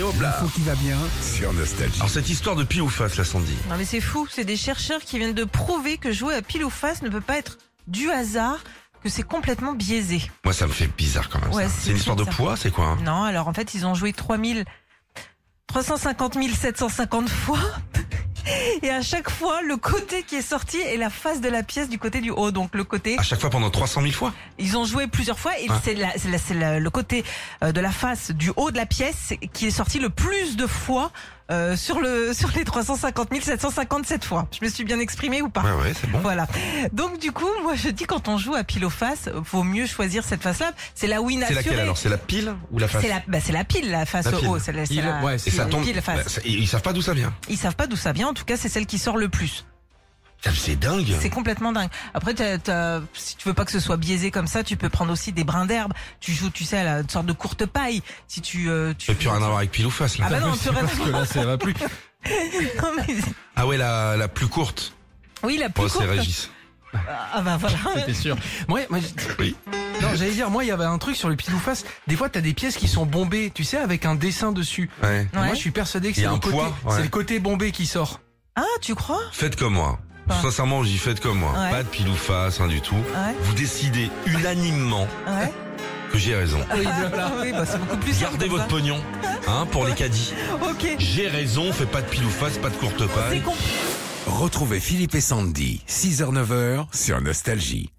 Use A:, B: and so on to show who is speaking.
A: L'info qui va bien.
B: sur Nostalgie.
C: Alors cette histoire de pile ou face, la Sandy.
D: Non mais c'est fou, c'est des chercheurs qui viennent de prouver que jouer à pile ou face ne peut pas être du hasard, que c'est complètement biaisé.
C: Moi, ça me fait bizarre quand même.
D: Ouais,
C: ça.
D: c'est
C: c'est une histoire de
D: bizarre.
C: poids, c'est quoi hein
D: Non, alors en fait ils ont joué 3000, 350 750 fois. Et à chaque fois, le côté qui est sorti est la face de la pièce du côté du haut. Donc le côté,
C: À chaque fois pendant 300 000 fois
D: ils ont joué plusieurs fois et
C: Ah.
D: c'est la- c'est la- c'est la- le côté euh, de la face du haut de la pièce qui est sorti le plus de fois euh, sur, le, sur les 350 757 fois. Je me suis bien exprimée ou pas
C: Ouais, ouais, c'est bon.
D: Voilà. Donc du coup, moi je dis quand on joue à pile ou face, vaut mieux choisir cette face-là. C'est la win
C: C'est laquelle
D: assurée.
C: alors C'est la pile ou la face
D: C'est la, bah, c'est la pile, la face
C: La pile.
D: haut. C'est la, c'est
A: Il-
D: la-
A: ouais,
C: Et ça
D: la
C: tombe.
D: pile
C: Bah,
D: face.
C: c'est- ils savent pas d'où ça vient.
D: Ils savent pas d'où ça vient. En tout cas, c'est celle qui sort le plus.
C: Putain, C'est dingue.
D: C'est complètement dingue. Après, t'as- t'as- si tu veux pas que ce soit biaisé comme ça, tu peux prendre aussi des brins d'herbe. Tu joues, tu sais, à la une sorte de courte paille. Si tu, euh, tu
C: Ça n'a plus rien à voir avec pile ou face là.
D: Ah bah non, plus rien à
A: Parce que là, ça va plus.
D: voir. Non, mais-
C: Ah ouais, la, la plus courte.
D: Oui, la plus
C: Oh, c'est
D: courte.
C: Régis.
D: Ah bah voilà.
A: C'était sûr. Moi, moi,
C: Oui.
A: non, j'allais dire, moi, il y avait un truc sur le pile ou face. Des fois, t'as des pièces qui sont bombées, tu sais, avec un dessin dessus.
C: Ouais.
A: Et Moi,
D: Ouais.
A: je suis persuadé que
C: Il y
A: c'est
C: a
A: le
C: un
A: côté,
C: poids, ouais.
A: c'est le côté bombé qui sort.
D: Ah, tu crois
C: Faites comme moi.
D: Ah.
C: Sincèrement, j'y faites comme moi.
D: Ouais.
C: Pas de pile ou face, rien du tout.
D: Ouais,
C: Vous décidez unanimement
D: ouais.
C: que j'ai raison.
A: Oui, voilà.
D: Oui, bah c'est beaucoup plus simple.
C: Gardez
D: Ah, comme
C: votre pognon, hein, pour les caddies.
D: ça. Ok.
C: J'ai raison, fais pas de pile ou face, pas de courte
D: C'est
C: paille.
D: compris.
B: Retrouvez Philippe et Sandy, 6h-9h sur Nostalgie.